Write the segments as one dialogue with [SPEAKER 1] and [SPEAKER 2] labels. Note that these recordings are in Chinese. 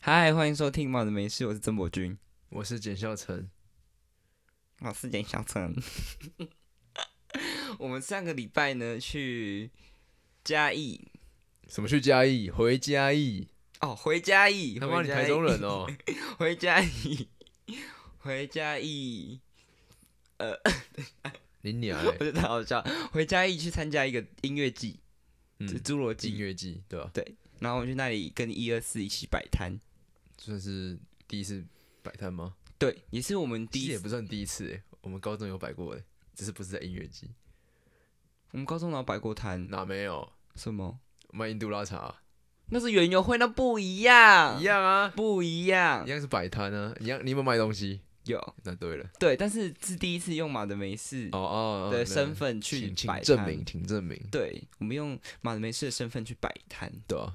[SPEAKER 1] 嗨，欢迎收听《帽子没事》，我是曾博君，
[SPEAKER 2] 我是简孝成，哦
[SPEAKER 1] 我是简小陈。 我们上个礼拜呢去嘉义，
[SPEAKER 2] 什么去嘉义？回嘉义？
[SPEAKER 1] 哦，回嘉义，
[SPEAKER 2] 他妈
[SPEAKER 1] 回
[SPEAKER 2] 你
[SPEAKER 1] 嘉义
[SPEAKER 2] 台中人 哦！
[SPEAKER 1] 回嘉义，回嘉义，
[SPEAKER 2] 你娘欸
[SPEAKER 1] 我
[SPEAKER 2] 嘞！
[SPEAKER 1] 觉得太好笑。回嘉义去参加一个音乐季，
[SPEAKER 2] 嗯
[SPEAKER 1] 是，侏罗
[SPEAKER 2] 音
[SPEAKER 1] 纪，
[SPEAKER 2] 乐季对吧？
[SPEAKER 1] 然后我去那里跟一二四一起摆摊。
[SPEAKER 2] 算是第一次摆摊吗？
[SPEAKER 1] 对，也是我们第
[SPEAKER 2] 第
[SPEAKER 1] 一
[SPEAKER 2] 也
[SPEAKER 1] 次，
[SPEAKER 2] 不算第一次诶，欸我们高中有摆过诶，欸只是不是在音乐季。
[SPEAKER 1] 我们高中老摆过摊，
[SPEAKER 2] 哪没有？
[SPEAKER 1] 什么？
[SPEAKER 2] 卖印度拉茶啊
[SPEAKER 1] 那是园游会，那不一样，
[SPEAKER 2] 一样啊，
[SPEAKER 1] 不一样
[SPEAKER 2] 一。样是摆摊啊，一样。你有没有卖东西？
[SPEAKER 1] 有
[SPEAKER 2] 那对了，
[SPEAKER 1] 对，但是是第一次用马德梅士
[SPEAKER 2] 哦哦，哦
[SPEAKER 1] 的
[SPEAKER 2] 那
[SPEAKER 1] 身份去
[SPEAKER 2] 请
[SPEAKER 1] 摆
[SPEAKER 2] 请证
[SPEAKER 1] 摊。
[SPEAKER 2] 明，请证明，
[SPEAKER 1] 对，我们用马德梅士的身份去摆摊。
[SPEAKER 2] 对啊，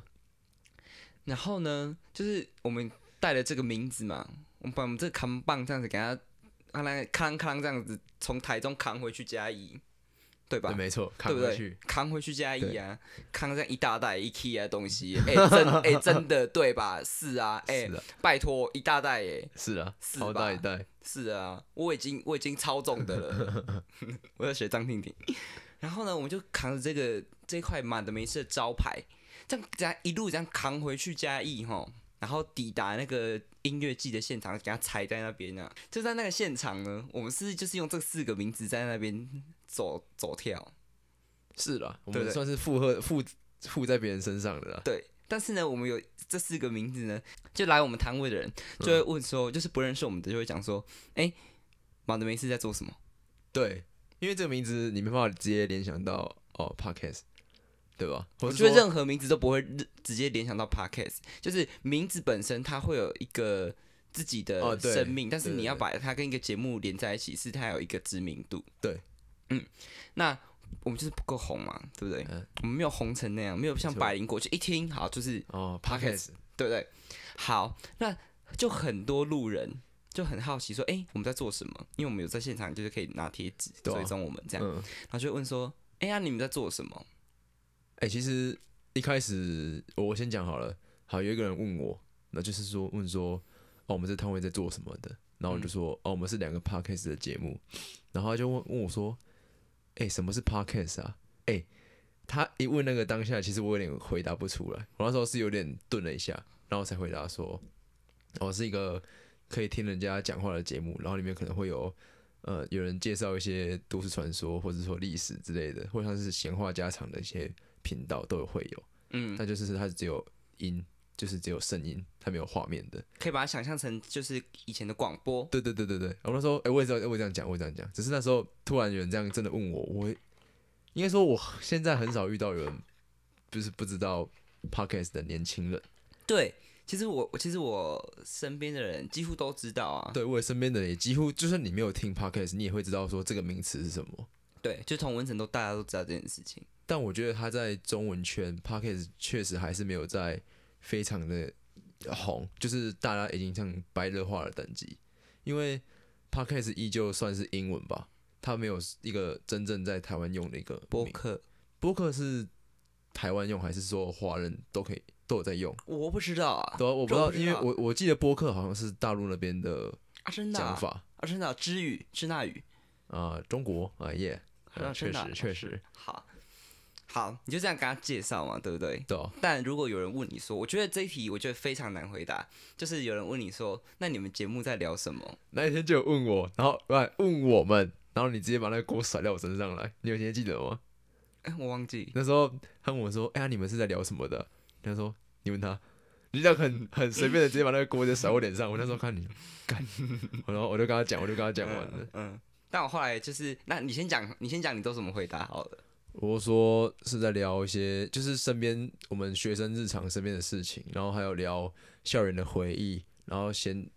[SPEAKER 1] 然后呢，就是我们带了这个名字嘛，我们把我们这个扛棒这样子给他，让他扛扛这样子从台中扛回去嘉义，对吧
[SPEAKER 2] 对，？没错，扛
[SPEAKER 1] 对不
[SPEAKER 2] 回
[SPEAKER 1] 对
[SPEAKER 2] 去，？
[SPEAKER 1] 扛回去嘉义
[SPEAKER 2] 对
[SPEAKER 1] 啊，扛这样一大袋一 k 啊东西，哎、真哎、真的对吧？是啊，哎、
[SPEAKER 2] 是啊，
[SPEAKER 1] 拜托一大袋哎、
[SPEAKER 2] 是啊，
[SPEAKER 1] 是
[SPEAKER 2] 好
[SPEAKER 1] 吧
[SPEAKER 2] 大一袋，
[SPEAKER 1] 是啊，我已经我已经超重的了，我要学张婷婷。然后呢，我们就扛着这个这块满的没事的招牌，这样这样一路这样扛回去嘉义吼，然后抵达那个音乐季的现场，给它踩在那边啊。就在那个现场呢，我们是就是用这四个名字在那边走走跳，
[SPEAKER 2] 是啦，我
[SPEAKER 1] 对
[SPEAKER 2] 们
[SPEAKER 1] 对
[SPEAKER 2] 算是附和附附在别人身上的啦。
[SPEAKER 1] 对。但是呢，我们有这四个名字呢，就来我们摊位的人就会问说，就是不认识我们的就会讲说，哎、马德梅斯在做什么？
[SPEAKER 2] 对，因为这个名字你没办法直接联想到哦，podcast，对吧？
[SPEAKER 1] 我
[SPEAKER 2] 我
[SPEAKER 1] 觉得任何名字都不会直接联想到 podcast，就是名字本身它会有一个自己
[SPEAKER 2] 哦
[SPEAKER 1] 的
[SPEAKER 2] 对
[SPEAKER 1] 生命，但是
[SPEAKER 2] 对对
[SPEAKER 1] 你要
[SPEAKER 2] 对
[SPEAKER 1] 把它跟一个节目连在一起，是它有一个知名度。
[SPEAKER 2] 对，
[SPEAKER 1] 嗯，那我们就是不够红嘛，对不对？
[SPEAKER 2] 嗯
[SPEAKER 1] 我们没有红成那样，没有像
[SPEAKER 2] 没错
[SPEAKER 1] 百灵果，就一听好就是
[SPEAKER 2] 哦
[SPEAKER 1] podcast
[SPEAKER 2] podcast，
[SPEAKER 1] 对不对？好，那就很多路人就很好奇说，哎、我们在做什么？因为我们有在现场，就是可以拿贴纸
[SPEAKER 2] 对啊
[SPEAKER 1] 追踪我们这样，
[SPEAKER 2] 嗯，
[SPEAKER 1] 然后就问说，哎、呀、你们在做什么？
[SPEAKER 2] 哎、其实一开始我我先讲好了，好，有一个人问我，那就是说问说，哦，我们这摊位在做什么的？然后我就说，哦，我们是两个 podcast 的节目，然后他就问问我说，哎、什么是 podcast 啊？哎、他一问那个当下，其实我有点回答不出来，我那时候是有点顿了一下，然后才回答说，哦，是一个可以听人家讲话的节目，然后里面可能会有。呃，有人介绍一些都市传说，或者说历史之类的，或像是闲话家常的一些频道都有会有，
[SPEAKER 1] 嗯，
[SPEAKER 2] 但就是它只有音，就是只有声音，它没有画面的。
[SPEAKER 1] 可以把它想象成就是以前的广播，
[SPEAKER 2] 对对对对对，我那时候哎、我也知道，我也这样讲，我也这样讲，只是那时候突然有人这样真的问我，我会应该说我现在很少遇到有人就是不知道 podcast 的年轻人，
[SPEAKER 1] 对，其实我其实我身边的人几乎都知道啊。
[SPEAKER 2] 对我也身边的人也几乎，就算你没有听 podcast，你也会知道说这个名词是什么。
[SPEAKER 1] 对，就同文成都大家都知道这件事情。
[SPEAKER 2] 但我觉得他在中文圈 podcast 确实还是没有在非常的红，就是大家已经像白热化的等级，因为 podcast 依旧算是英文吧，它没有一个真正在台湾用的一个
[SPEAKER 1] 播
[SPEAKER 2] 名
[SPEAKER 1] 客
[SPEAKER 2] 播客是台湾用还是说华人都可以都有在用？
[SPEAKER 1] 我不知道啊，
[SPEAKER 2] 对啊，我不
[SPEAKER 1] 这
[SPEAKER 2] 知
[SPEAKER 1] 我
[SPEAKER 2] 道，
[SPEAKER 1] 不知
[SPEAKER 2] 因为
[SPEAKER 1] 道
[SPEAKER 2] 我我记得播客好像是大陆那边的
[SPEAKER 1] 啊真的
[SPEAKER 2] 讲
[SPEAKER 1] 啊，
[SPEAKER 2] 法
[SPEAKER 1] 啊真的啊知语支那语，
[SPEAKER 2] 啊、中国啊耶，
[SPEAKER 1] 啊
[SPEAKER 2] 呃确
[SPEAKER 1] 真的啊
[SPEAKER 2] 实确实，
[SPEAKER 1] 好好，你就这样跟他介绍嘛，对不对？
[SPEAKER 2] 对啊
[SPEAKER 1] 但如果有人问你说，我觉得这一题我觉得非常难回答，就是有人问你说，那你们节目在聊什么？
[SPEAKER 2] 那一天就有问我，然后不问我们，然后你直接把那个锅甩到我身上来，你有还记得吗？
[SPEAKER 1] 哎，我忘记，
[SPEAKER 2] 那时候他问我说：“哎、呀，你们是在聊什么的？”他说：“你问他。”你这样很很随便的直接把那个锅就甩我脸上，我那时候看你干，然后我就跟他讲，我就跟他讲完了，
[SPEAKER 1] 嗯，嗯但我后来就是，那你先讲，你先讲你都怎么回答好了。
[SPEAKER 2] 我说是在聊一些就是身边我们学生日常身边的事情，然后还有聊校园的回忆，然后先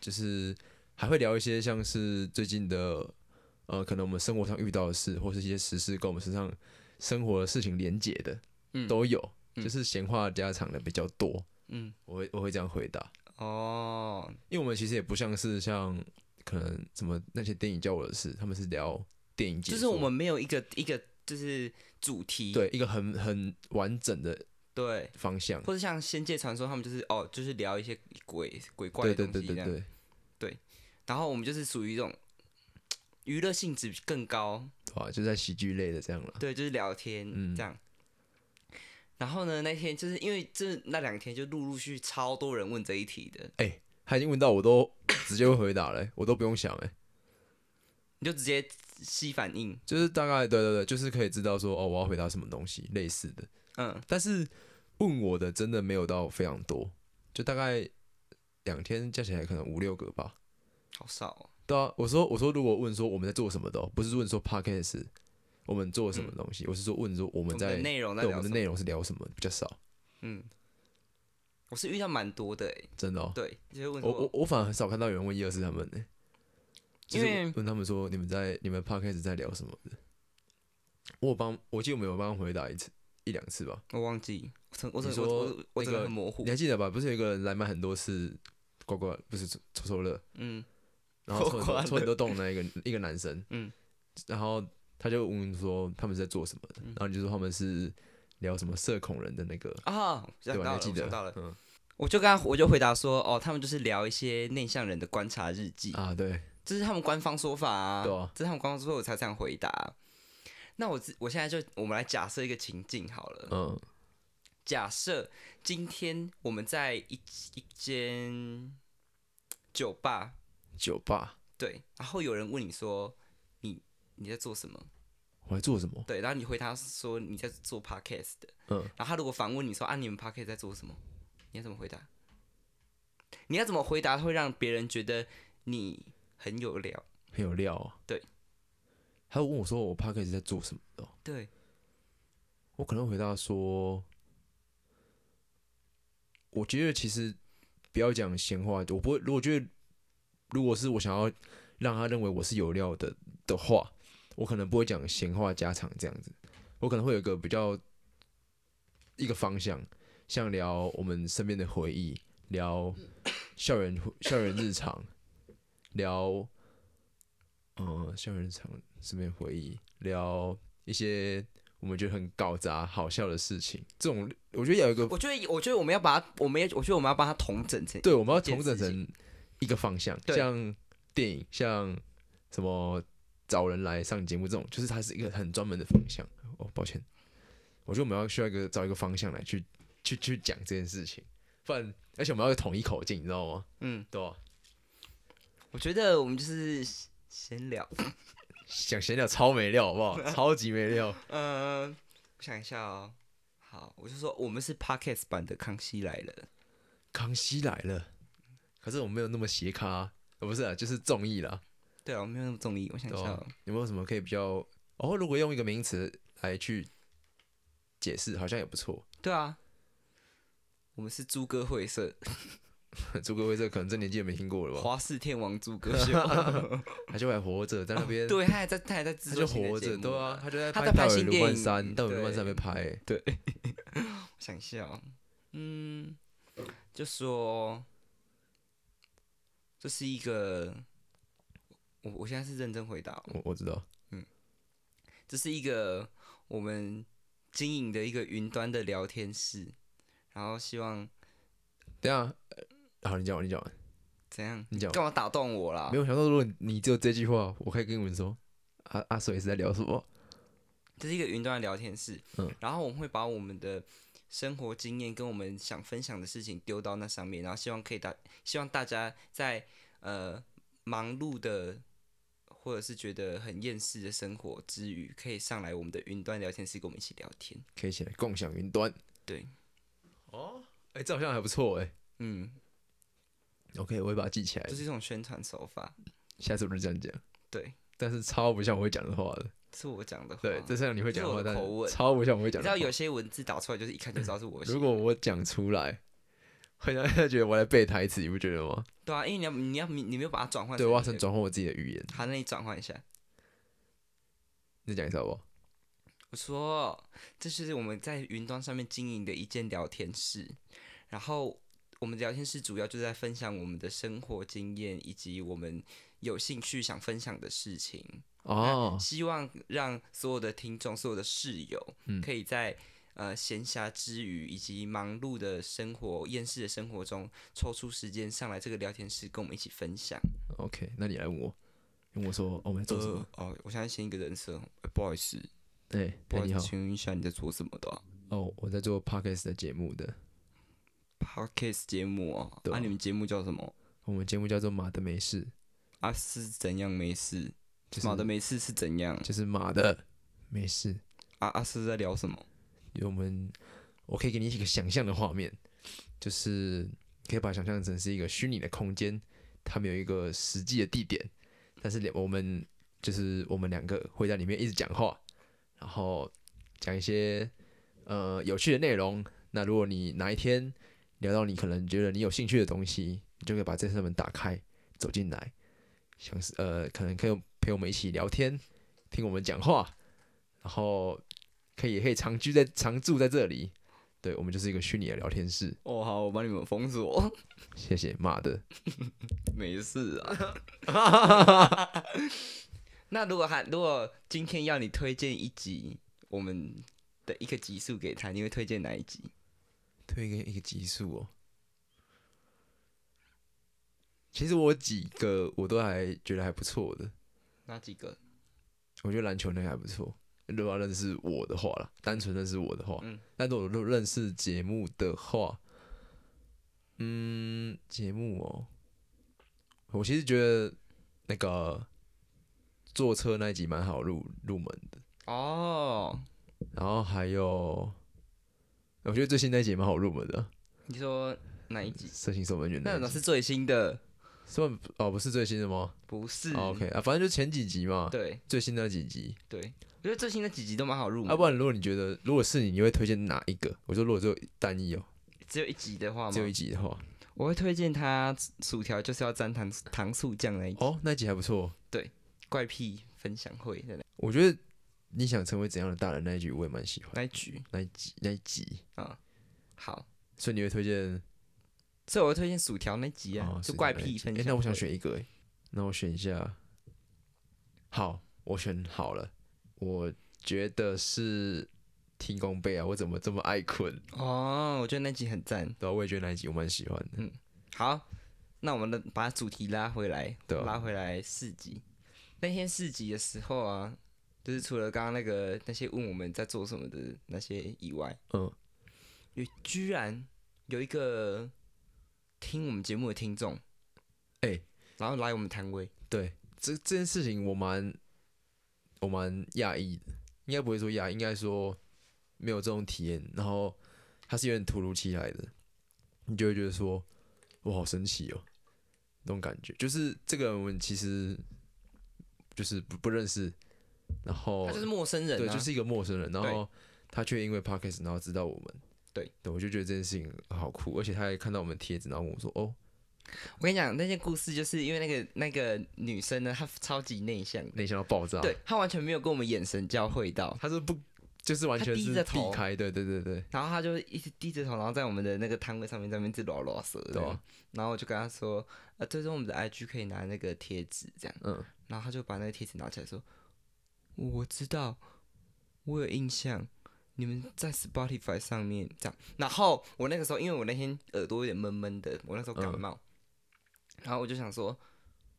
[SPEAKER 2] 就是还会聊一些像是最近的呃，可能我们生活上遇到的事，或是一些时事跟我们身上生活的事情连结的，
[SPEAKER 1] 嗯
[SPEAKER 2] 都有，
[SPEAKER 1] 嗯
[SPEAKER 2] 就是闲话家常的比较多。
[SPEAKER 1] 嗯，
[SPEAKER 2] 我会我会这样回答，
[SPEAKER 1] 哦，
[SPEAKER 2] 因为我们其实也不像是像可能什么那些电影教我的事，他们是聊电影解
[SPEAKER 1] 就
[SPEAKER 2] 说，
[SPEAKER 1] 是我们没有一个一个就是主题，
[SPEAKER 2] 对一个很很完整的
[SPEAKER 1] 对，
[SPEAKER 2] 方向。
[SPEAKER 1] 或者像《仙界传说》，他们就是哦，就是聊一些鬼鬼怪
[SPEAKER 2] 对
[SPEAKER 1] 的
[SPEAKER 2] 对
[SPEAKER 1] 东
[SPEAKER 2] 对
[SPEAKER 1] 西这
[SPEAKER 2] 对
[SPEAKER 1] 样。
[SPEAKER 2] 对，
[SPEAKER 1] 然后我们就是属于一种娱乐性质更高，
[SPEAKER 2] 哇，就在喜剧类的这样了。
[SPEAKER 1] 对，就是聊天、
[SPEAKER 2] 嗯
[SPEAKER 1] 这样。然后呢，那天就是因为这那两天就陆陆续续超多人问这一题的，
[SPEAKER 2] 他已经问到我都直接会回答了、 我都不用想哎、
[SPEAKER 1] 你就直接吸反应，
[SPEAKER 2] 就是大概对对对，就是可以知道说哦，我要回答什么东西类似的。
[SPEAKER 1] 嗯，
[SPEAKER 2] 但是问我的真的没有到非常多，就大概两天加起来可能五六个吧。
[SPEAKER 1] 好少、哦，
[SPEAKER 2] 对啊，我说我说如果问说我们在做什么的哦、不是问说 podcast 我们做什么东西，我是说问说我
[SPEAKER 1] 嗯我
[SPEAKER 2] 们
[SPEAKER 1] 们的
[SPEAKER 2] 在
[SPEAKER 1] 内容在
[SPEAKER 2] 对我
[SPEAKER 1] 聊
[SPEAKER 2] 们
[SPEAKER 1] 什
[SPEAKER 2] 的
[SPEAKER 1] 么？
[SPEAKER 2] 内容是聊什么比较少，
[SPEAKER 1] 嗯，我是遇到蛮多的、欸，
[SPEAKER 2] 真的、哦。
[SPEAKER 1] 对，就是问
[SPEAKER 2] 我我
[SPEAKER 1] 我，
[SPEAKER 2] 我反而很少看到有人问一二四他们呢、就是
[SPEAKER 1] 因为
[SPEAKER 2] 问他们说你们在你们 podcast 在聊什么的。我有帮我记得我们有帮他们回答一次一两次吧，
[SPEAKER 1] 我忘记，我真我真
[SPEAKER 2] 你
[SPEAKER 1] 我
[SPEAKER 2] 说
[SPEAKER 1] 我我真
[SPEAKER 2] 那
[SPEAKER 1] 的
[SPEAKER 2] 个
[SPEAKER 1] 很模糊
[SPEAKER 2] 你，还记得吧？不是有一个人来买很多次刮刮不是抽抽抽乐，
[SPEAKER 1] 嗯，
[SPEAKER 2] 然后
[SPEAKER 1] 刮
[SPEAKER 2] 抽很
[SPEAKER 1] 刮
[SPEAKER 2] 多
[SPEAKER 1] 乐
[SPEAKER 2] 抽很多洞的那一个一个男生，
[SPEAKER 1] 嗯，
[SPEAKER 2] 然后他就问说他们是在做什么
[SPEAKER 1] 嗯
[SPEAKER 2] 的，然后你就说他们是聊什么社恐人的那个，
[SPEAKER 1] 啊，想
[SPEAKER 2] 对
[SPEAKER 1] 到
[SPEAKER 2] 吧？你还
[SPEAKER 1] 了，
[SPEAKER 2] 记
[SPEAKER 1] 我
[SPEAKER 2] 得
[SPEAKER 1] 想到了，，
[SPEAKER 2] 嗯
[SPEAKER 1] 我就跟他我就回答说，哦，他们就是聊一些内向人的观察日记，
[SPEAKER 2] 啊，对，
[SPEAKER 1] 这是他们官方说法啊，
[SPEAKER 2] 对啊
[SPEAKER 1] 这是他们官方说法，我才这样回答。那我自我现在就我们来假设一个情境好了，
[SPEAKER 2] 嗯，
[SPEAKER 1] 假设今天我们在一一间酒吧，
[SPEAKER 2] 酒吧
[SPEAKER 1] 对，然后有人问你说你你在做什么？
[SPEAKER 2] 我在做什么？
[SPEAKER 1] 对，然后你回答说你在做 podcast 的，
[SPEAKER 2] 嗯
[SPEAKER 1] 然后他如果反问你说啊你们 podcast 在做什么？你要怎么回答？你要怎么回答会让别人觉得你很有料？
[SPEAKER 2] 很有料啊。
[SPEAKER 1] 对，
[SPEAKER 2] 他就问我说我 p a c k a g e 在做什么的哦，
[SPEAKER 1] 对，
[SPEAKER 2] 我可能会回答说，我觉得其实不要讲闲话，我不会。如果觉得如果是我想要让他认为我是有料的的话，我可能不会讲闲话家常这样子，我可能会有一个比较一个方向，像聊我们身边的回忆，聊校园校园日常，聊。嗯，校园日常身边回忆，聊一些我们觉得很搞砸、好笑的事情。这种我觉得要有一个，
[SPEAKER 1] 我觉得，我觉得我们要把它，我们要，我觉得我们要把它统整成，
[SPEAKER 2] 对，我们要
[SPEAKER 1] 一件
[SPEAKER 2] 重整
[SPEAKER 1] 事
[SPEAKER 2] 成一个方向，
[SPEAKER 1] 对
[SPEAKER 2] 像电影，像什么找人来上节目这种，就是它是一个很专门的方向。哦，抱歉，我觉得我们要需要一个找一个方向来去去去讲这件事情，不然而且我们要有统一口径，你知道吗？
[SPEAKER 1] 嗯，
[SPEAKER 2] 对吧、
[SPEAKER 1] 我觉得我们就是闲聊，
[SPEAKER 2] 想闲聊超没料，好不 好？超级没料。
[SPEAKER 1] 嗯、我想一下哦，好，我就说我们是 podcast 版的《康熙来了》，
[SPEAKER 2] 康熙来了，可是我没有那么斜咖、啊，呃不是、啊，就是综艺啦。
[SPEAKER 1] 对啊，我没有那么中意，我想一
[SPEAKER 2] 对
[SPEAKER 1] 下、
[SPEAKER 2] 啊
[SPEAKER 1] 哦，
[SPEAKER 2] 有没有什么可以比较？哦，如果用一个名词来去解释，好像也不错。
[SPEAKER 1] 对啊，我们是猪哥会社，
[SPEAKER 2] 朱哥威这可能这年纪也没听过了吧？
[SPEAKER 1] 华视天王猪哥 秀，
[SPEAKER 2] 他就还活着，在那边、
[SPEAKER 1] 哦对，他还在，他还在制
[SPEAKER 2] 他
[SPEAKER 1] 作
[SPEAKER 2] 就
[SPEAKER 1] 新的
[SPEAKER 2] 活
[SPEAKER 1] 节
[SPEAKER 2] 着，
[SPEAKER 1] 目
[SPEAKER 2] 对啊，，他就在
[SPEAKER 1] 他
[SPEAKER 2] 拍
[SPEAKER 1] 在
[SPEAKER 2] 《
[SPEAKER 1] 拍
[SPEAKER 2] 大有
[SPEAKER 1] 新
[SPEAKER 2] 人
[SPEAKER 1] 电
[SPEAKER 2] 万
[SPEAKER 1] 影
[SPEAKER 2] 三》，《大有人
[SPEAKER 1] 对
[SPEAKER 2] 万三》被拍，
[SPEAKER 1] 我想一下、哦，嗯，就说这是一个，我我现在是认真回答哦、
[SPEAKER 2] 我我知道。
[SPEAKER 1] 这是一个我们经营的一个云端的聊天室，然后希望
[SPEAKER 2] 等一下，呃好，你讲完，你讲完，
[SPEAKER 1] 怎样？
[SPEAKER 2] 你讲完。
[SPEAKER 1] 干嘛打动我啦
[SPEAKER 2] 没？有想到，如果你只有这句话，我可以跟你们说，啊阿阿水是在聊什么？
[SPEAKER 1] 这是一个云端的聊天室，
[SPEAKER 2] 嗯
[SPEAKER 1] 然后我们会把我们的生活经验跟我们想分享的事情丢到那上面，然后希望可以大，希望大家在呃忙碌的或者是觉得很厌世的生活之余，可以上来我们的云端聊天室跟我们一起聊天。
[SPEAKER 2] 可以起来共享云端。
[SPEAKER 1] 对，
[SPEAKER 2] 哦，哎、这好像还不错哎、
[SPEAKER 1] 嗯，
[SPEAKER 2] OK，我会把它记起来
[SPEAKER 1] 这。是一种宣传手法，
[SPEAKER 2] 下次我就这样讲，
[SPEAKER 1] 对，
[SPEAKER 2] 但是超不像我会讲的话的。
[SPEAKER 1] 是我讲的话。
[SPEAKER 2] 对，这像你会讲话，
[SPEAKER 1] 这
[SPEAKER 2] 但
[SPEAKER 1] 是我的口吻
[SPEAKER 2] 超不像我会
[SPEAKER 1] 你
[SPEAKER 2] 讲的
[SPEAKER 1] 知
[SPEAKER 2] 话。
[SPEAKER 1] 道有些文字打出来就是一看就知道是我写
[SPEAKER 2] 如
[SPEAKER 1] 的，
[SPEAKER 2] 果我讲出来，会让大家觉得我在背台词，你不觉得吗？
[SPEAKER 1] 对啊，因为你要你要你你没有把它转换
[SPEAKER 2] 对，
[SPEAKER 1] 成你的，
[SPEAKER 2] 我要先转换我自己的语言。
[SPEAKER 1] 好，那你转换一下。
[SPEAKER 2] 你讲一下好不好？
[SPEAKER 1] 我说，这是我们在云端上面经营的一间聊天室，然后我们聊天室主要就是在分享我们的生活经验以及我们有兴趣想分享的事情。
[SPEAKER 2] 哦，
[SPEAKER 1] 希望让所有的听众、所有的室友
[SPEAKER 2] 嗯
[SPEAKER 1] 可以在、呃闲暇之余以及忙碌的生活、厌世的生活中，抽出时间上来这个聊天室跟我们一起分享。
[SPEAKER 2] OK，那你来问我，问我说、哦、我们在做什么
[SPEAKER 1] 呃？，哦，我现在先一个人设、呃不好意思，
[SPEAKER 2] 哎、
[SPEAKER 1] 不
[SPEAKER 2] 哎
[SPEAKER 1] 好意
[SPEAKER 2] 你
[SPEAKER 1] 思，
[SPEAKER 2] 好，
[SPEAKER 1] 请问一下你在做什么的、啊、
[SPEAKER 2] 哦，我在做 podcast 的节目的，
[SPEAKER 1] ？Podcast 节目哦，
[SPEAKER 2] 对
[SPEAKER 1] 啊，
[SPEAKER 2] 啊
[SPEAKER 1] 你们节目叫什么？
[SPEAKER 2] 我们节目叫做马的没事，
[SPEAKER 1] 啊，是怎样没事？
[SPEAKER 2] 就是
[SPEAKER 1] 马的没事是怎样？
[SPEAKER 2] 就是马的没事，
[SPEAKER 1] 啊啊是在聊什么？
[SPEAKER 2] 我们我可以给你一个想象的画面，就是可以把它想象成是一个虚拟的空间，他们有一个实际的地点，但是两我们就是我们两个会在里面一直讲话，然后讲一些呃有趣的内容。那如果你哪一天聊到你可能觉得你有兴趣的东西，你就可以把这扇门打开，走进来，像是呃可能可以陪我们一起聊天，听我们讲话，然后可以也可以长居在常住在这里。对，我们就是一个虚拟的聊天室。
[SPEAKER 1] 哦，好，我把你们封锁，
[SPEAKER 2] 谢谢，妈的，
[SPEAKER 1] 没事啊。 那如果还如果今天要你推荐一集我们的一个集数给他，你会推荐哪一集？
[SPEAKER 2] 推一个一个集数哦。其实我几个我都还觉得还不错的，
[SPEAKER 1] 哪几个？
[SPEAKER 2] 我觉得篮球那个还不错。如果要认识我的话啦，单纯认识我的话，
[SPEAKER 1] 嗯
[SPEAKER 2] 但如果认认识节目的话，嗯，节目哦，我其实觉得那个坐车那一集蛮好入入门的，
[SPEAKER 1] 哦，
[SPEAKER 2] 然后还有，哎我觉得最新那一集也蛮好入门的，
[SPEAKER 1] 你说哪一集？
[SPEAKER 2] 色情守门员
[SPEAKER 1] 那
[SPEAKER 2] 一
[SPEAKER 1] 哪
[SPEAKER 2] 集
[SPEAKER 1] 是最新的？
[SPEAKER 2] 算哦，不是最新的吗、
[SPEAKER 1] 不是。
[SPEAKER 2] 哦、？OK 啊，反正就前几集嘛，
[SPEAKER 1] 对
[SPEAKER 2] 最新那几集。
[SPEAKER 1] 对，我觉得最新的几集都蛮好入门。
[SPEAKER 2] 要、啊不然，如果你觉得如果是你，你会推荐哪一个？我说如果只有单一哦，
[SPEAKER 1] 只有一集的话吗？
[SPEAKER 2] 只有一集的话，
[SPEAKER 1] 我会推荐他薯条就是要沾糖糖醋酱那一集。
[SPEAKER 2] 哦，那一集还不错。
[SPEAKER 1] 怪癖分享会的那
[SPEAKER 2] 我觉得你想成为怎样的大人那一集我也蛮喜欢，
[SPEAKER 1] 那一局。
[SPEAKER 2] 那一集那一集，
[SPEAKER 1] 好，
[SPEAKER 2] 所以你会推荐
[SPEAKER 1] 所以我会推荐薯条那集啊，
[SPEAKER 2] 哦
[SPEAKER 1] 就是怪
[SPEAKER 2] 那一
[SPEAKER 1] 癖
[SPEAKER 2] 集
[SPEAKER 1] 分
[SPEAKER 2] 诶
[SPEAKER 1] 享会。
[SPEAKER 2] 那我想选一个、诶，那我选一下。好，我选好了，我觉得是天公杯啊，我怎么这么爱困？
[SPEAKER 1] 哦，我觉得那集很赞。
[SPEAKER 2] 对啊，我也觉得那一集我蛮喜欢的。
[SPEAKER 1] 好，那我们的把主题拉回来，
[SPEAKER 2] 对啊
[SPEAKER 1] 拉回来四集。那天四集的时候啊，就是除了刚刚那个那些问我们在做什么的那些以外，
[SPEAKER 2] 嗯，
[SPEAKER 1] 有居然有一个听我们节目的听众，
[SPEAKER 2] 诶
[SPEAKER 1] 然后来我们摊位，
[SPEAKER 2] 对，这这件事情我蛮我蛮讶异的，应该不会说讶异，应该说没有这种体验。然后它是有点突如其来的，你就会觉得说，我好神奇哦，那种感觉。就是这个人我们其实就是不不认识，然后
[SPEAKER 1] 他就是陌生人、啊，
[SPEAKER 2] 对，就是一个陌生人，然
[SPEAKER 1] 对
[SPEAKER 2] 后他却因为 podcast 然后知道我们。
[SPEAKER 1] 对，
[SPEAKER 2] 对，我就觉得这件事情好酷，而且他还看到我们帖子，然后问我说：“哦，
[SPEAKER 1] 我跟你讲，那件故事就是因为那个那个女生呢，她超级内向的，
[SPEAKER 2] 内向到爆炸。”
[SPEAKER 1] 对，她完全没有跟我们眼神交汇到，
[SPEAKER 2] 他是不就是完全
[SPEAKER 1] 他
[SPEAKER 2] 是
[SPEAKER 1] 低着头
[SPEAKER 2] 避开，对对对对，
[SPEAKER 1] 然后她就一直低着头，然后在我们的那个摊位上面在那边自啰啰嗦
[SPEAKER 2] 对
[SPEAKER 1] 的哦
[SPEAKER 2] 啊，
[SPEAKER 1] 然后我就跟她说，呃，最终我们的 IG 可以拿那个贴纸这样，
[SPEAKER 2] 嗯，
[SPEAKER 1] 然后她就把那个贴纸拿起来说，我知道，我有印象。你们在 Spotify 上面这样，然后我那个时候，因为我那天耳朵有点闷闷的，我那时候感
[SPEAKER 2] 嗯
[SPEAKER 1] 冒，然后我就想说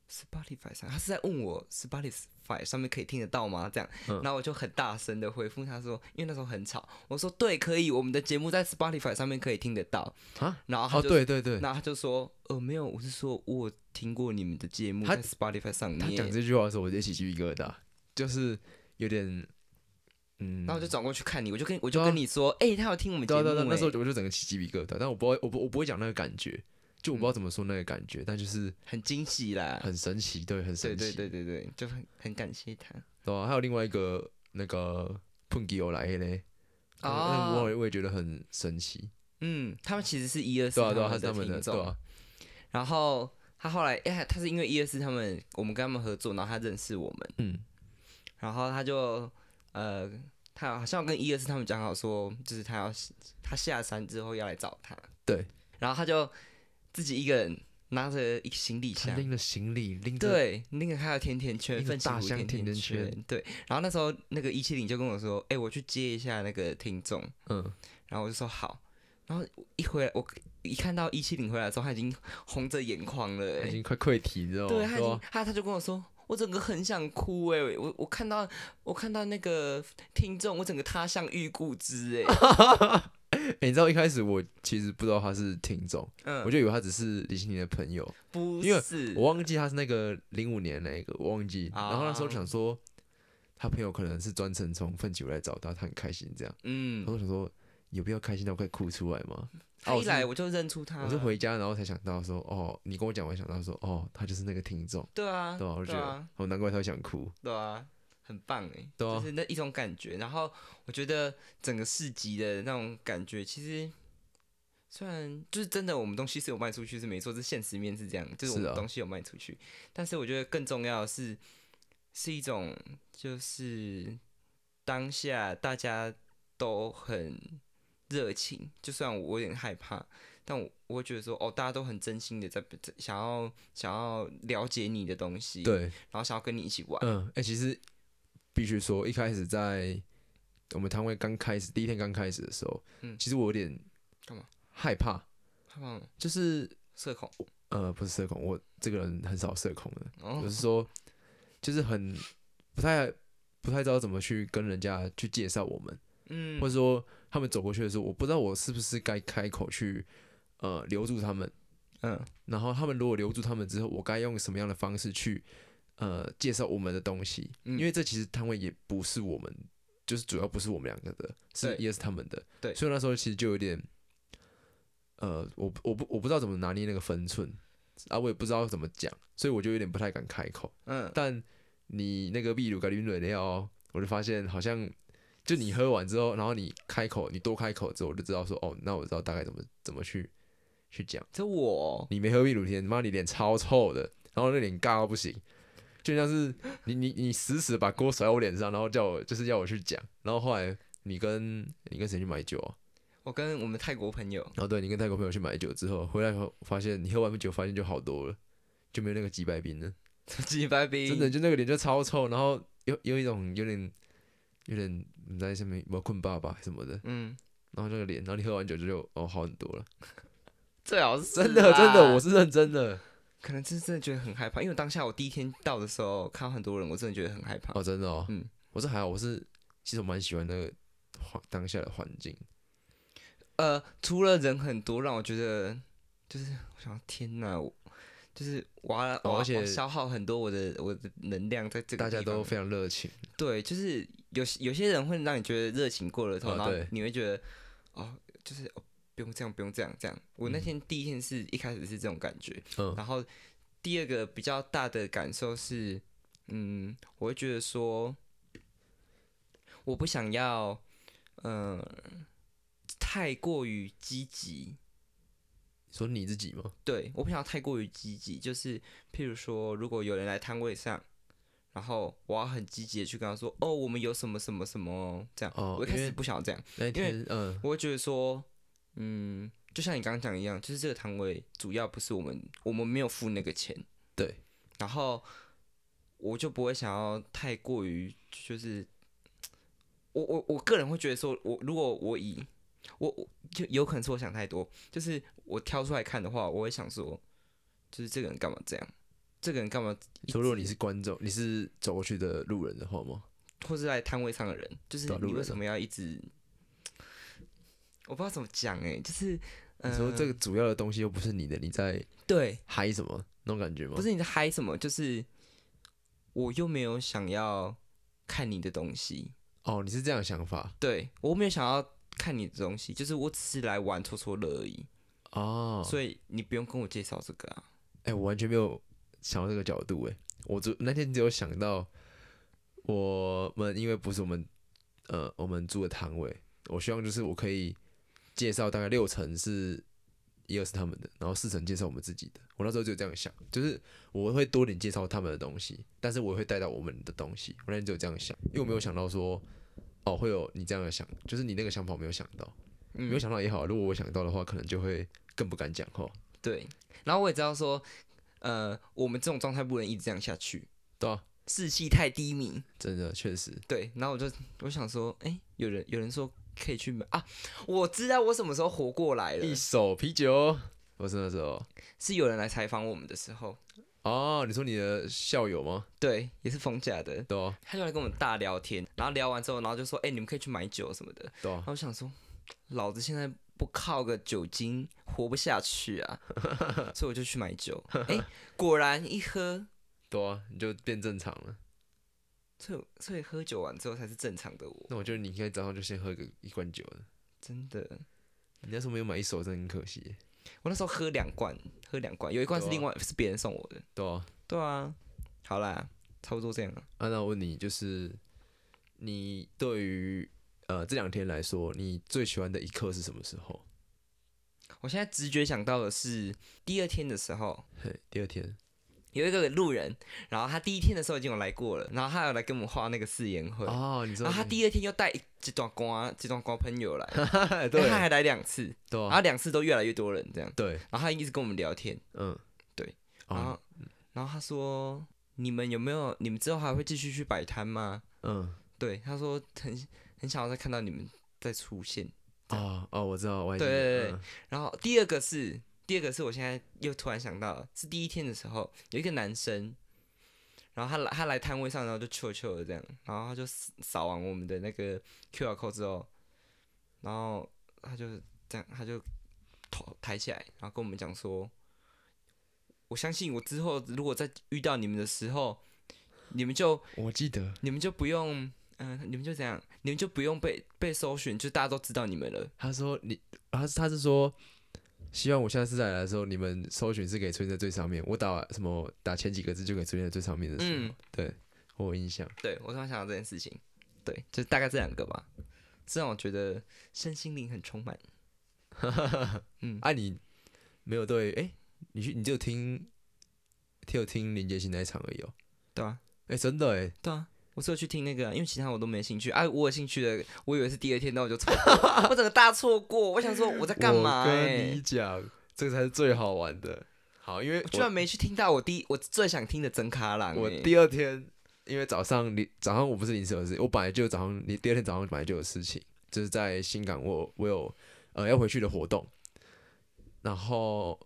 [SPEAKER 1] ，Spotify 上，他是在问我 Spotify 上面可以听得到吗？这样，
[SPEAKER 2] 嗯
[SPEAKER 1] 然后我就很大声的回复他说，因为那时候很吵，我说对，可以，我们的节目在 Spotify 上面可以听得到，
[SPEAKER 2] 啊，
[SPEAKER 1] 然后他
[SPEAKER 2] 哦
[SPEAKER 1] 就，
[SPEAKER 2] 对对对，
[SPEAKER 1] 然后他就说，呃，没有，我是说我有听过你们的节目
[SPEAKER 2] 他
[SPEAKER 1] 在 Spotify 上
[SPEAKER 2] 他讲
[SPEAKER 1] 面，
[SPEAKER 2] 这句话的时候，我直接起鸡皮疙瘩，就是有点，嗯，
[SPEAKER 1] 然后我就转过去看你，我就跟我
[SPEAKER 2] 对
[SPEAKER 1] 就
[SPEAKER 2] 啊
[SPEAKER 1] 跟你说，哎、他有听我们节
[SPEAKER 2] 对
[SPEAKER 1] 目、
[SPEAKER 2] 啊对啊对啊，那时候
[SPEAKER 1] 哎
[SPEAKER 2] 我就整个起鸡皮疙瘩，但我不会，我不我不会讲那个感觉，就我不知道
[SPEAKER 1] 嗯
[SPEAKER 2] 怎么说那个感觉，但就是
[SPEAKER 1] 很惊喜啦，
[SPEAKER 2] 很神奇，对，很
[SPEAKER 1] 对
[SPEAKER 2] 神
[SPEAKER 1] 对
[SPEAKER 2] 奇，
[SPEAKER 1] 对对对，就很很感谢他。
[SPEAKER 2] 对啊，还有另外一个那个碰吉欧来嘞，那个
[SPEAKER 1] 哦
[SPEAKER 2] 我也我也觉得很神奇，
[SPEAKER 1] 嗯，他们其实是一二四
[SPEAKER 2] 对啊对啊，他
[SPEAKER 1] 们
[SPEAKER 2] 是他们的，
[SPEAKER 1] 听众
[SPEAKER 2] 对啊，
[SPEAKER 1] 然后他后来，哎、他是因为一二四他们，我们跟他们合作，然后他认识我们，
[SPEAKER 2] 嗯，
[SPEAKER 1] 然后他就呃，他好像跟一二四他们讲好说，就是他要他下山之后要来找他，
[SPEAKER 2] 对，
[SPEAKER 1] 然后他就自己一个人拿着一个行李
[SPEAKER 2] 他
[SPEAKER 1] 箱，
[SPEAKER 2] 拎了行李，拎着
[SPEAKER 1] 对，那个还有甜甜圈，
[SPEAKER 2] 一个
[SPEAKER 1] 奋起
[SPEAKER 2] 大
[SPEAKER 1] 湖
[SPEAKER 2] 箱
[SPEAKER 1] 甜
[SPEAKER 2] 甜甜
[SPEAKER 1] 圈，
[SPEAKER 2] 圈
[SPEAKER 1] 对。然后那时候那个一七零就跟我说：“哎、我去接一下那个听众。
[SPEAKER 2] 嗯，”
[SPEAKER 1] 然后我就说好。然后一回来，我一看到一七零回来的时候，他已经红着眼眶了、
[SPEAKER 2] 他已
[SPEAKER 1] 哎
[SPEAKER 2] 经哦快溃体，你知道吗？
[SPEAKER 1] 对，他已
[SPEAKER 2] 对
[SPEAKER 1] 经
[SPEAKER 2] 啊吧
[SPEAKER 1] 他他就跟我说。我整个很想哭哎、我我看到我看到那个听众，我整个他向欲固之 哎、
[SPEAKER 2] 欸你知道一开始我其实不知道他是听众，我
[SPEAKER 1] 嗯，
[SPEAKER 2] 就以为他只是李心凌的朋友，
[SPEAKER 1] 不
[SPEAKER 2] 因为
[SPEAKER 1] 是，
[SPEAKER 2] 我忘记他是那个零五年那个，我忘记。
[SPEAKER 1] 啊
[SPEAKER 2] 然后那时候想说，他朋友可能是专程从奋起湖来找他，他很开心这样。
[SPEAKER 1] 嗯
[SPEAKER 2] 然，后我想说，有必要开心到快哭出来吗？
[SPEAKER 1] 他
[SPEAKER 2] 哦我
[SPEAKER 1] 一
[SPEAKER 2] 是
[SPEAKER 1] 来我就认出他，
[SPEAKER 2] 我是回家然后才想到说，哦，你跟我讲，我才想到说，哦，他就是那个听众，
[SPEAKER 1] 对啊，
[SPEAKER 2] 对吧、我就觉得
[SPEAKER 1] 啊，
[SPEAKER 2] 哦，难怪他会想哭。
[SPEAKER 1] 对啊，很棒哎、
[SPEAKER 2] 对啊
[SPEAKER 1] 就是那一种感觉。然后我觉得整个市集的那种感觉，其实虽然就是真的我们东西是有卖出去是没错，这现实面是这样，就是我
[SPEAKER 2] 是
[SPEAKER 1] 们
[SPEAKER 2] 啊
[SPEAKER 1] 东西有卖出去，但是我觉得更重要的是是一种就是当下大家都很热情，就算我有点害怕，但我我会觉得说哦，大家都很真心的在在想要想要了解你的东西，，
[SPEAKER 2] 对，
[SPEAKER 1] 然后想要跟你一起玩。
[SPEAKER 2] 嗯，哎、其实必须说，一开始在我们摊位刚开始第一天刚开始的时候，
[SPEAKER 1] 嗯
[SPEAKER 2] 其实我有点
[SPEAKER 1] 干嘛
[SPEAKER 2] 害怕，
[SPEAKER 1] 他
[SPEAKER 2] 嗯
[SPEAKER 1] 们
[SPEAKER 2] 就是
[SPEAKER 1] 社恐，
[SPEAKER 2] 呃，不是社恐，我这个人很少社恐的，
[SPEAKER 1] 哦
[SPEAKER 2] 我是说，就是很不太不太知道怎么去跟人家去介绍我们，
[SPEAKER 1] 嗯
[SPEAKER 2] 或者说他们走过去的时候，我不知道我是不是该开口去呃留住他们，
[SPEAKER 1] 嗯
[SPEAKER 2] 然后他们如果留住他们之后，我该用什么样的方式去呃介绍我们的东西？
[SPEAKER 1] 嗯
[SPEAKER 2] 因为这其实摊位也不是我们，就是主要不是我们两个的，是
[SPEAKER 1] 对
[SPEAKER 2] 也是他们的。
[SPEAKER 1] 对
[SPEAKER 2] 所以那时候其实就有点，呃，我不我不我不知道怎么拿捏那个分寸啊，我也不知道怎么讲，所以我就有点不太敢开口。
[SPEAKER 1] 嗯，
[SPEAKER 2] 但你那个秘鲁咖喱饮料哦，我就发现好像。就你喝完之后，然后你开口，你多开口之后，我就知道说，哦，那我知道大概怎么怎么去去讲。
[SPEAKER 1] 这我
[SPEAKER 2] 你没喝秘鲁甜，妈你脸超臭的，然后那脸尬到不行，就像是你你你死死地把锅甩我脸上，然后叫我就是要我去讲，然后后来你跟你跟谁去买酒啊？
[SPEAKER 1] 我跟我们泰国朋友，
[SPEAKER 2] 然后对你跟泰国朋友去买酒之后，回来后发现你喝完酒发现就好多了，就没有那个几百冰了，
[SPEAKER 1] 几百兵
[SPEAKER 2] 真的就那个脸就超臭，然后有有一种有点有点你在上面我困爸爸什么的，
[SPEAKER 1] 嗯，
[SPEAKER 2] 然后那个脸，然后你喝完酒之后哦好很多了，
[SPEAKER 1] 最好是
[SPEAKER 2] 真的真的我
[SPEAKER 1] 是
[SPEAKER 2] 是认真的
[SPEAKER 1] 可能真真的觉得很害怕，因为当下我第一天到的时候看到很多人，我真的觉得很害怕。
[SPEAKER 2] 哦真的哦，
[SPEAKER 1] 嗯，
[SPEAKER 2] 我是还好，我是其实我蛮喜欢那个环当下的环境，
[SPEAKER 1] 呃，除了人很多，让我觉得就是我想天哪，我就是我要我要
[SPEAKER 2] 哦而且
[SPEAKER 1] 我消耗很多我的我的能量在这个
[SPEAKER 2] 大家
[SPEAKER 1] 地方
[SPEAKER 2] 都非常热情，
[SPEAKER 1] 对，就是有些有些人会让你觉得热情过了头，
[SPEAKER 2] 啊
[SPEAKER 1] 然后
[SPEAKER 2] 对
[SPEAKER 1] 你会觉得哦，就是、哦、不用这样，不用这样，这样。我那天第一天是、一开始是这种感觉，
[SPEAKER 2] 嗯
[SPEAKER 1] 然后第二个比较大的感受是，嗯，我会觉得说，我不想要，嗯、太过于积极。
[SPEAKER 2] 说你自己吗？
[SPEAKER 1] 对，我不想要太过于积极，就是譬如说，如果有人来摊位上，然后我要很积极的去跟他说，哦，我们有什么什么什么哦这样。
[SPEAKER 2] 哦
[SPEAKER 1] 我一开
[SPEAKER 2] 因为
[SPEAKER 1] 始不想要这样，
[SPEAKER 2] 那一天，嗯，
[SPEAKER 1] 我会觉得说，嗯，就像你刚刚讲一样，就是这个摊位主要不是我们，我们没有付那个钱，
[SPEAKER 2] 对，
[SPEAKER 1] 然后我就不会想要太过于就是，我我我个人会觉得说，我如果我以我我就有可能是我想太多，就是我挑出来看的话，我会想说，就是这个人干嘛这样，这个人干嘛，
[SPEAKER 2] 你说如果你是观众，你是走过去的路人的话吗？
[SPEAKER 1] 或是在摊位上的人，就是
[SPEAKER 2] 对啊路
[SPEAKER 1] 你为
[SPEAKER 2] 人
[SPEAKER 1] 什么要一直，我不知道怎么讲哎、就是。
[SPEAKER 2] 你说这
[SPEAKER 1] 呃
[SPEAKER 2] 个主要的东西又不是你的，你在
[SPEAKER 1] 对，
[SPEAKER 2] 嗨什么那种感觉吗？
[SPEAKER 1] 不，是你在嗨什么，就是我又没有想要看你的东西，
[SPEAKER 2] 哦，你是这样的想法
[SPEAKER 1] 对我没有想要看你的东西，就是我只是来玩戳戳乐而已，
[SPEAKER 2] 哦，
[SPEAKER 1] 所以你不用跟我介绍这个啊。
[SPEAKER 2] 哎、我完全没有想到这个角度哎、我只那天只有想到我们因为不是我们呃我们住的摊位，我希望就是我可以介绍大概六成是一二是他们的，然后四成介绍我们自己的。我那时候就这样想，就是我会多点介绍他们的东西，但是我也会带到我们的东西。我那天只有这样想，因为我没有想到说哦会有你这样的想，就是你那个想法我没有想到，没有
[SPEAKER 1] 嗯，
[SPEAKER 2] 想到也好，如果我想到的话，可能就会更不敢讲话。
[SPEAKER 1] 对，然后我也知道说，呃，我们这种状态不能一直这样下去，
[SPEAKER 2] 对啊，
[SPEAKER 1] 士气太低迷。
[SPEAKER 2] 真的确实，
[SPEAKER 1] 对，然后我就我想说，哎、有人有人说可以去买啊，我知道我什么时候活过来了
[SPEAKER 2] 一，手啤酒，我是那时候，
[SPEAKER 1] 是有人来采访我们的时候，
[SPEAKER 2] 哦，你说你的校友吗？
[SPEAKER 1] 对，也是逢甲的，
[SPEAKER 2] 对啊，
[SPEAKER 1] 他就来跟我们大聊天，然后聊完之后，然后就说，哎、你们可以去买酒什么的，
[SPEAKER 2] 对啊
[SPEAKER 1] 然，后我想说，老子现在不靠个酒精活不下去啊， 所以我就去买酒，哎、果然一喝，
[SPEAKER 2] 对啊，你就变正常了。
[SPEAKER 1] 所以所以喝酒完之后才是正常的我，
[SPEAKER 2] 那我觉得你应该早上就先喝个一罐酒的。
[SPEAKER 1] 真的。
[SPEAKER 2] 你那时候没有买一手，真的很可惜耶。
[SPEAKER 1] 我那时候喝两罐，喝两罐，有一罐是
[SPEAKER 2] 对啊
[SPEAKER 1] 另外、是别人送我的。
[SPEAKER 2] 对啊，
[SPEAKER 1] 对啊，好啦，差不多这样了。
[SPEAKER 2] 啊，那我问你，就是你对于呃这两天来说，你最喜欢的一刻是什么时候？
[SPEAKER 1] 我现在直觉想到的是，第二天的时候
[SPEAKER 2] 嘿，第二天
[SPEAKER 1] 有一个路人，然后他第一天的时候已经有来过了，然后他有来跟我们画那个誓言会，
[SPEAKER 2] 哦，你知
[SPEAKER 1] 然
[SPEAKER 2] 道
[SPEAKER 1] 后啊他第二天又带一一段瓜一段瓜朋友来，
[SPEAKER 2] 二
[SPEAKER 1] 但
[SPEAKER 2] 对
[SPEAKER 1] 他还来两次，
[SPEAKER 2] 对
[SPEAKER 1] 然
[SPEAKER 2] 啊
[SPEAKER 1] 后两次都越来越多人这样，
[SPEAKER 2] 对，
[SPEAKER 1] 然后他一直跟我们聊天，
[SPEAKER 2] 嗯，
[SPEAKER 1] 对，然
[SPEAKER 2] 啊，
[SPEAKER 1] 后然后他说，你们有没有，你们之后还会继续去摆摊吗？
[SPEAKER 2] 嗯，
[SPEAKER 1] 对，他说很很想要再看到你们再出现。
[SPEAKER 2] 哦哦，我知道，我还记
[SPEAKER 1] 对对
[SPEAKER 2] 得
[SPEAKER 1] 对然后第二个是第二个是我现在又突然想到了，是第一天的时候有一个男生，然后他来他来摊位上，然后就球球的这样，然后他就扫扫完我们的那个 QR code 之后，然后他就这样他就头抬起来，然后跟我们讲说，我相信我之后如果再遇到你们的时候，你们就
[SPEAKER 2] 嗯我记得，
[SPEAKER 1] 你们就不用。嗯、你们就这样，你们就不用被被搜寻，就大家都知道你们了。
[SPEAKER 2] 他说你，他是他是说，希望我下次再来的时候，你们搜寻是可以出现在最上面。我打什么打前几个字就可以出现在最上面的时候，
[SPEAKER 1] 嗯
[SPEAKER 2] 对我有印象。
[SPEAKER 1] 对我突然想到这件事情，对，就大概这两个吧，这让我觉得身心灵很充满。嗯
[SPEAKER 2] 啊，你没有对，哎、你去你就听，只有听林杰星那一场而已哦。
[SPEAKER 1] 对啊，
[SPEAKER 2] 哎、真的哎、
[SPEAKER 1] 对啊，我只有去听那个啊，因为其他我都没兴趣。哎、我有兴趣的，我以为是第二天，那我就错过， 我整个大错过。我想说我在干嘛、
[SPEAKER 2] 我跟
[SPEAKER 1] 欸
[SPEAKER 2] 你？讲，这才是最好玩的。好，因为
[SPEAKER 1] 我居然没去听到我第一我最想听的真卡郎、
[SPEAKER 2] 我我
[SPEAKER 1] 欸
[SPEAKER 2] 第二天，因为早上临早上我不是临时有事，我本来就早上你第二天早上本来就有事情，就是在新港我我有呃要回去的活动，然后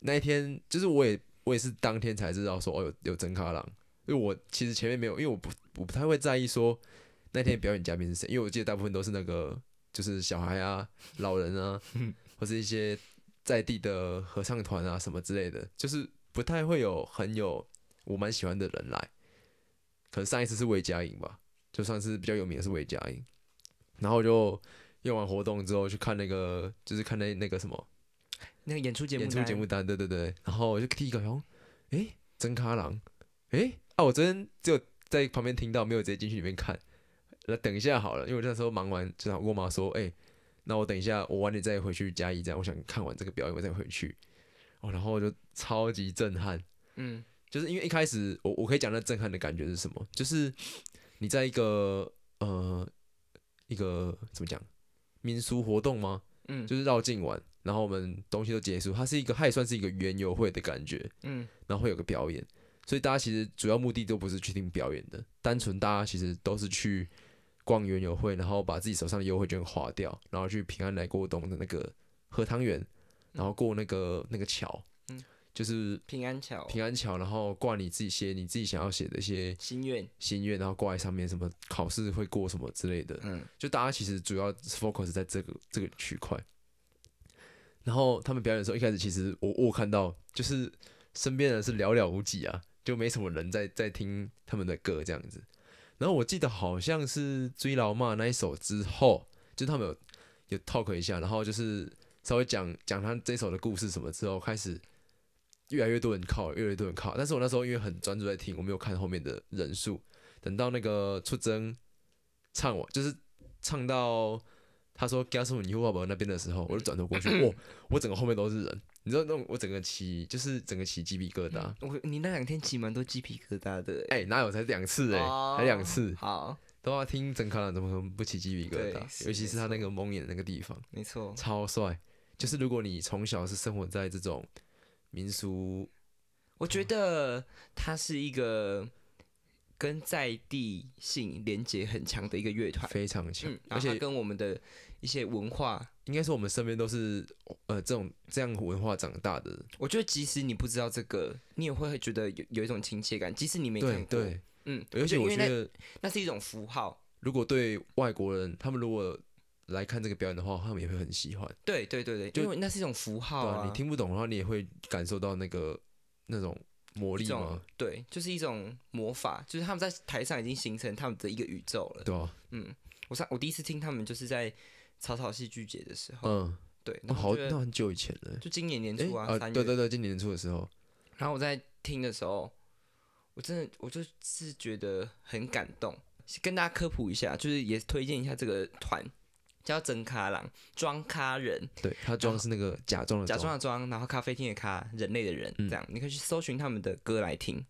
[SPEAKER 2] 那一天就是我也我也是当天才知道说哦有有真卡郎，因为我其实前面没有，因为我不我不太会在意说那天表演嘉宾是谁，因为我记得大部分都是那个就是小孩啊、老人啊，或是一些在地的合唱团啊什么之类的，就是不太会有很有我蛮喜欢的人来。可能上一次是魏佳莹吧，就算是比较有名的是魏佳莹，然后我就用完活动之后去看那个，就是看那那个什么
[SPEAKER 1] 那个演出节目
[SPEAKER 2] 演
[SPEAKER 1] 单，
[SPEAKER 2] 出节目单，对对对。然后我就第一个好像，诶，真咖郎，诶，啊，我昨天只有在旁边听到，没有直接进去里面看。那等一下好了，因为我那时候忙完，就想跟我妈说，诶，那我等一下，我晚点再回去嘉义站，我想看完这个表演我再回去。哦，然后我就超级震撼，
[SPEAKER 1] 嗯，
[SPEAKER 2] 就是因为一开始我我可以讲那震撼的感觉是什么，就是你在一个呃一个怎么讲民俗活动吗？
[SPEAKER 1] 嗯
[SPEAKER 2] 就是绕境完，然后我们东西都结束，它是一个它也算是一个园游会的感觉，
[SPEAKER 1] 嗯，
[SPEAKER 2] 然后会有个表演，所以大家其实主要目的都不是去听表演的，单纯大家其实都是去逛园游会，然后把自己手上的优惠券花掉，然后去平安来过冬的那个喝汤圆，然后过那个那个桥，
[SPEAKER 1] 嗯
[SPEAKER 2] 就是
[SPEAKER 1] 平安桥，
[SPEAKER 2] 平安桥，然后挂你自己写你自己想要写的一些
[SPEAKER 1] 心愿，
[SPEAKER 2] 心愿，然后挂在上面，什么考试会过什么之类的。
[SPEAKER 1] 嗯，
[SPEAKER 2] 就大家其实主要 focus 在这个这个区块。然后他们表演的时候，一开始其实我我有看到就是身边人是寥寥无几啊，就没什么人在在听他们的歌这样子。然后我记得好像是《追老骂》那一首之后，就他们有有 talk 一下，然后就是稍微讲讲他这首的故事什么之后，开始越来越多人靠，越来越多人靠。但是我那时候因为很专注在听，我没有看后面的人数。等到那个出征唱完，就是唱到他说 g a s 你 u 宝宝那边的时候，我就转头过去，哇，我整个后面都是人，你知道那种我整个起就是整个起鸡皮疙瘩。
[SPEAKER 1] 我你那两天起蛮多鸡皮疙瘩的、欸。
[SPEAKER 2] 哎、哪有才两次哎、
[SPEAKER 1] 哦
[SPEAKER 2] 才两次，
[SPEAKER 1] 好，
[SPEAKER 2] 都要听整卡朗怎么可能不起鸡皮疙
[SPEAKER 1] 对
[SPEAKER 2] 瘩？
[SPEAKER 1] 是
[SPEAKER 2] 尤其是他
[SPEAKER 1] 没错
[SPEAKER 2] 那个蒙眼的那个地方，
[SPEAKER 1] 没错，
[SPEAKER 2] 超帅。就是如果你从小是生活在这种民俗，
[SPEAKER 1] 我
[SPEAKER 2] 嗯
[SPEAKER 1] 觉得它是一个跟在地性连接很强的一个乐团，
[SPEAKER 2] 非常强
[SPEAKER 1] 嗯，，
[SPEAKER 2] 而
[SPEAKER 1] 而且
[SPEAKER 2] 且
[SPEAKER 1] 跟我们的一些文化，
[SPEAKER 2] 应该说我们身边都是呃这种这样文化长大的，
[SPEAKER 1] 我觉得即使你不知道这个，你也会觉得有有一种亲切感，即使你没看过，
[SPEAKER 2] 对对，
[SPEAKER 1] 嗯，
[SPEAKER 2] 而且
[SPEAKER 1] 因
[SPEAKER 2] 我
[SPEAKER 1] 为
[SPEAKER 2] 觉
[SPEAKER 1] 那
[SPEAKER 2] 得
[SPEAKER 1] 那是一种符号，
[SPEAKER 2] 如果对外国人，他们如果来看这个表演的话，他们也会很喜欢。
[SPEAKER 1] 对对对对，
[SPEAKER 2] 就
[SPEAKER 1] 因为那是一种符号
[SPEAKER 2] 对啊，你听不懂的话，你也会感受到那个那种魔
[SPEAKER 1] 一
[SPEAKER 2] 力
[SPEAKER 1] 种
[SPEAKER 2] 嘛，
[SPEAKER 1] 对，就是一种魔法，就是他们在台上已经形成他们的一个宇宙了。
[SPEAKER 2] 对啊，
[SPEAKER 1] 嗯，我上我第一次听他们就是在草草戏剧节的时候，
[SPEAKER 2] 嗯，
[SPEAKER 1] 对，
[SPEAKER 2] 哦
[SPEAKER 1] 然后
[SPEAKER 2] 好，
[SPEAKER 1] 我觉得
[SPEAKER 2] 那很久以前了，
[SPEAKER 1] 就今年年
[SPEAKER 2] 哎
[SPEAKER 1] 初啊，三、
[SPEAKER 2] 啊，
[SPEAKER 1] 月，
[SPEAKER 2] 对对对，今年年初的时候，
[SPEAKER 1] 然后我在听的时候，我真的我就是觉得很感动。跟大家科普一下，就是也推荐一下这个团，叫真咖郎，装咖人，
[SPEAKER 2] 对他装是那个假装的
[SPEAKER 1] 假装的
[SPEAKER 2] 装，
[SPEAKER 1] 装，然后咖啡厅的咖，人类的人，
[SPEAKER 2] 嗯
[SPEAKER 1] 这样你可以去搜寻他们的歌来听。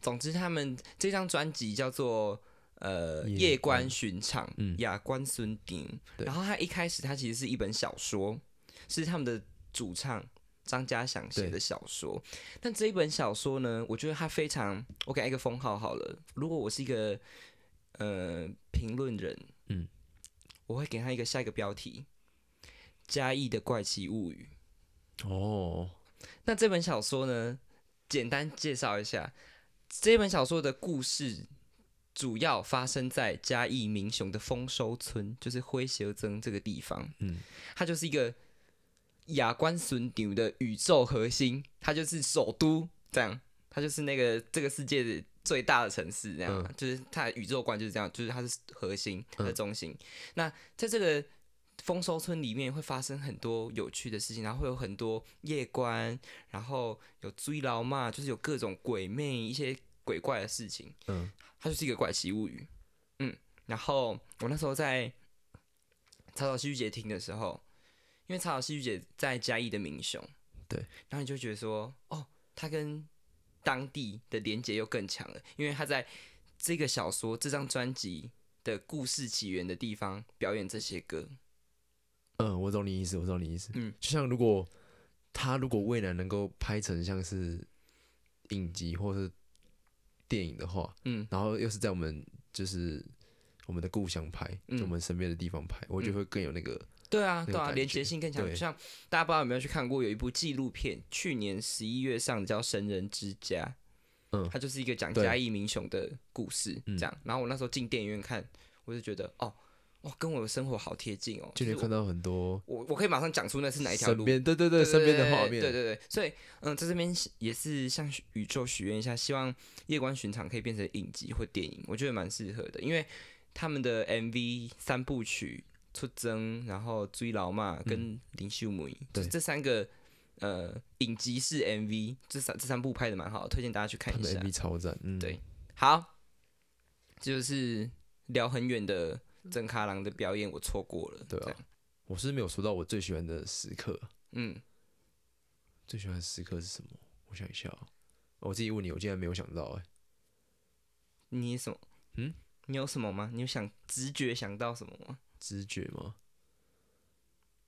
[SPEAKER 1] 总之，他们这张专辑叫做呃《
[SPEAKER 2] 夜
[SPEAKER 1] 夜观
[SPEAKER 2] 观
[SPEAKER 1] 寻常》，
[SPEAKER 2] 嗯
[SPEAKER 1] 雅观孙鼎。
[SPEAKER 2] 对
[SPEAKER 1] 然后他一开始他其实是一本小说，是他们的主唱张家祥写
[SPEAKER 2] 对
[SPEAKER 1] 的小说。但这一本小说呢，我觉得它非常，我给它一个封号好了。如果我是一个呃评论人，
[SPEAKER 2] 嗯，
[SPEAKER 1] 我会给他一个下一个标题：嘉义的怪奇物语。
[SPEAKER 2] 哦，
[SPEAKER 1] 那这本小说呢，简单介绍一下，这本小说的故事主要发生在嘉义民雄的丰收村，就是灰蛇增这个地方。
[SPEAKER 2] 嗯，
[SPEAKER 1] 它就是一个雅观损牛的宇宙核心，它就是首都，这样，它就是那个这个世界的最大的城市，这样，
[SPEAKER 2] 嗯
[SPEAKER 1] 就是它的宇宙观就是这样，就是它是核心，它的
[SPEAKER 2] 嗯
[SPEAKER 1] 中心。那在这个丰收村里面会发生很多有趣的事情，然后会有很多夜观，然后有追牢嘛，就是有各种鬼魅一些鬼怪的事情。
[SPEAKER 2] 嗯，
[SPEAKER 1] 它就是一个怪奇物语。嗯，然后我那时候在草草戏剧节听的时候，因为草草戏剧节在嘉义的民雄，
[SPEAKER 2] 对，
[SPEAKER 1] 然后你就觉得说，哦，它跟当地的连接又更强了，因为它在这个小说这张专辑的故事起源的地方表演这些歌。
[SPEAKER 2] 嗯，我懂你意思，我懂你意思，
[SPEAKER 1] 嗯，
[SPEAKER 2] 就像如果他如果未来能够拍成像是影集或是电影的话，
[SPEAKER 1] 嗯，
[SPEAKER 2] 然后又是在我们就是我们的故乡拍，
[SPEAKER 1] 嗯
[SPEAKER 2] 就我们身边的地方拍，我觉得会更有那个，
[SPEAKER 1] 对啊，
[SPEAKER 2] 那个
[SPEAKER 1] 对啊，
[SPEAKER 2] 感
[SPEAKER 1] 连
[SPEAKER 2] 觉
[SPEAKER 1] 结性更强。
[SPEAKER 2] 对
[SPEAKER 1] 就像大家不知道有没有去看过，有一部纪录片，去年十一月上的叫《神人之家》，
[SPEAKER 2] 嗯
[SPEAKER 1] 它就是一个讲
[SPEAKER 2] 对
[SPEAKER 1] 嘉义民雄的故事，
[SPEAKER 2] 嗯
[SPEAKER 1] 这样。然后我那时候进电影院看，我就觉得，哦，哇，跟我的生活好贴近哦，
[SPEAKER 2] 就你
[SPEAKER 1] 是
[SPEAKER 2] 会看到很多
[SPEAKER 1] 我我可以马上讲出那是哪一条
[SPEAKER 2] 身
[SPEAKER 1] 路。
[SPEAKER 2] 边，对对对，身边的画面，
[SPEAKER 1] 对对对，所以嗯，在这边也是向宇宙许愿一下，希望《夜观寻常》可以变成影集或电影，我觉得蛮适合的，因为他们的 MV 三部曲《出征》，然后《追牢嘛》跟《林秀梅》，就
[SPEAKER 2] 嗯对
[SPEAKER 1] 这三个呃影集式 MV，这三这三部拍的蛮好的，推荐大家去看
[SPEAKER 2] 他
[SPEAKER 1] 一
[SPEAKER 2] 们
[SPEAKER 1] 下
[SPEAKER 2] MV。超赞，嗯，
[SPEAKER 1] 啊对好，这就是聊很远的真卡郎的表演，我错过了。
[SPEAKER 2] 对
[SPEAKER 1] 这样
[SPEAKER 2] 啊，我是没有说到我最喜欢的时刻，
[SPEAKER 1] 嗯，
[SPEAKER 2] 最喜欢的时刻是什么？我想一下、啊，我自己问你，我竟然没有想到哎、
[SPEAKER 1] 你什么？
[SPEAKER 2] 嗯，
[SPEAKER 1] 你有什么吗？你有想直觉想到什么吗？
[SPEAKER 2] 直觉吗？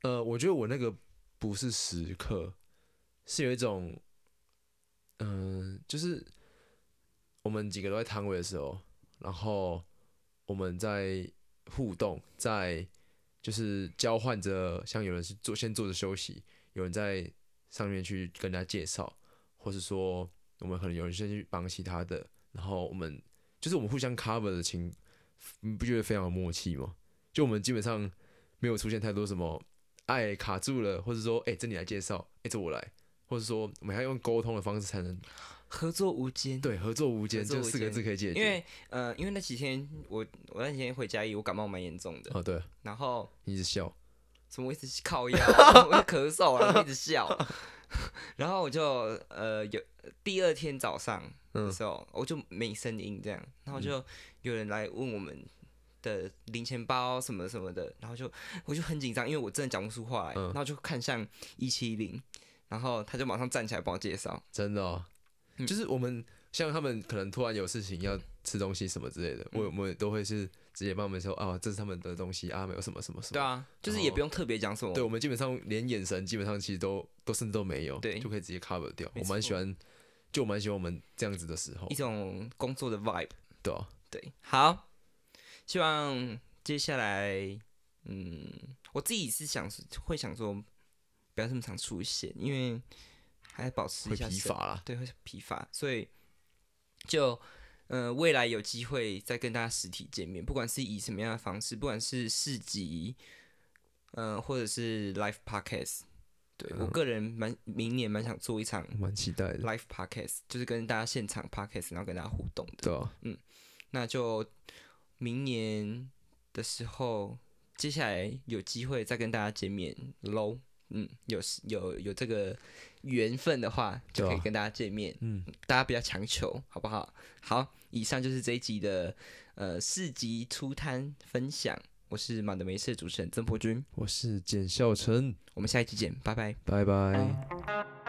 [SPEAKER 2] 呃，我觉得我那个不是时刻，是有一种，嗯、就是我们几个都在摊位的时候，然后我们在互动，在就是交换着，像有人是坐先坐着休息，有人在上面去跟人家介绍，或是说我们可能有人先去帮其他的，然后我们就是我们互相 cover 的情，你不觉得非常有默契吗？就我们基本上没有出现太多什么，哎卡住了，或者说哎、这你来介绍，哎、这我来，或者说我们还要用沟通的方式才能
[SPEAKER 1] 合作无间。，
[SPEAKER 2] 对合作无间，
[SPEAKER 1] 合作
[SPEAKER 2] 就
[SPEAKER 1] 无
[SPEAKER 2] 四个
[SPEAKER 1] 间
[SPEAKER 2] 字可以解决。
[SPEAKER 1] 因为呃，因为那几天我我那几天回家，我感冒蛮严重 的，
[SPEAKER 2] 哦，对，
[SPEAKER 1] 然后
[SPEAKER 2] 你一直笑，
[SPEAKER 1] 什么我一直靠 腰啊，我一直咳嗽啊，然后一直笑， 然后我就呃有第二天早上的时候，我就没声音这样，
[SPEAKER 2] 嗯
[SPEAKER 1] 然后就有人来问我们。的零钱包什么什么的，然后就我就很紧张，因为我真的讲不出话来，
[SPEAKER 2] 嗯
[SPEAKER 1] 然后就看向一七零，然后他就马上站起来帮我介绍，嗯
[SPEAKER 2] 真的、哦，就是我们像他们可能突然有事情要吃东西什么之类的，
[SPEAKER 1] 嗯
[SPEAKER 2] 我我都会是直接帮他们说啊，这是他们的东西啊，没有什么什么什么。
[SPEAKER 1] 对啊，就是也不用特别讲什么。
[SPEAKER 2] 对，我们基本上连眼神基本上其实都都甚至都没有，
[SPEAKER 1] 对
[SPEAKER 2] 就可以直接 cover 掉。
[SPEAKER 1] 没
[SPEAKER 2] 我
[SPEAKER 1] 错
[SPEAKER 2] 蛮喜欢，就我蛮喜欢我们这样子的时候
[SPEAKER 1] 一，种工作的 vibe。
[SPEAKER 2] 对啊，
[SPEAKER 1] 对，好，希望接下来，嗯，我自己是想会想说，不要这么常出现，因为还保持
[SPEAKER 2] 会
[SPEAKER 1] 一下
[SPEAKER 2] 疲
[SPEAKER 1] 身
[SPEAKER 2] 乏啦。
[SPEAKER 1] 对，会疲乏，所以就呃，未来有机会再跟大家实体见面，不管是以什么样的方式，不管是市集，呃，或者是 live podcast，对、
[SPEAKER 2] 嗯
[SPEAKER 1] 我个人蛮明年蛮想做一场
[SPEAKER 2] 我蛮期待的，
[SPEAKER 1] live podcast，就是跟大家现场 podcast，然后跟大家互动的。
[SPEAKER 2] 对啊，
[SPEAKER 1] 那就明年的时候，接下来有机会再跟大家见面喽。嗯，有时有有这个缘分的话，就
[SPEAKER 2] 对啊
[SPEAKER 1] 可以跟大家见面。
[SPEAKER 2] 嗯，
[SPEAKER 1] 大家不要强求，好不好？好，以上就是这一集的呃市集出摊分享。我是马德梅社主持人曾柏君，
[SPEAKER 2] 我是简孝成，
[SPEAKER 1] 我们下一期见，拜拜。
[SPEAKER 2] 拜拜。
[SPEAKER 1] 拜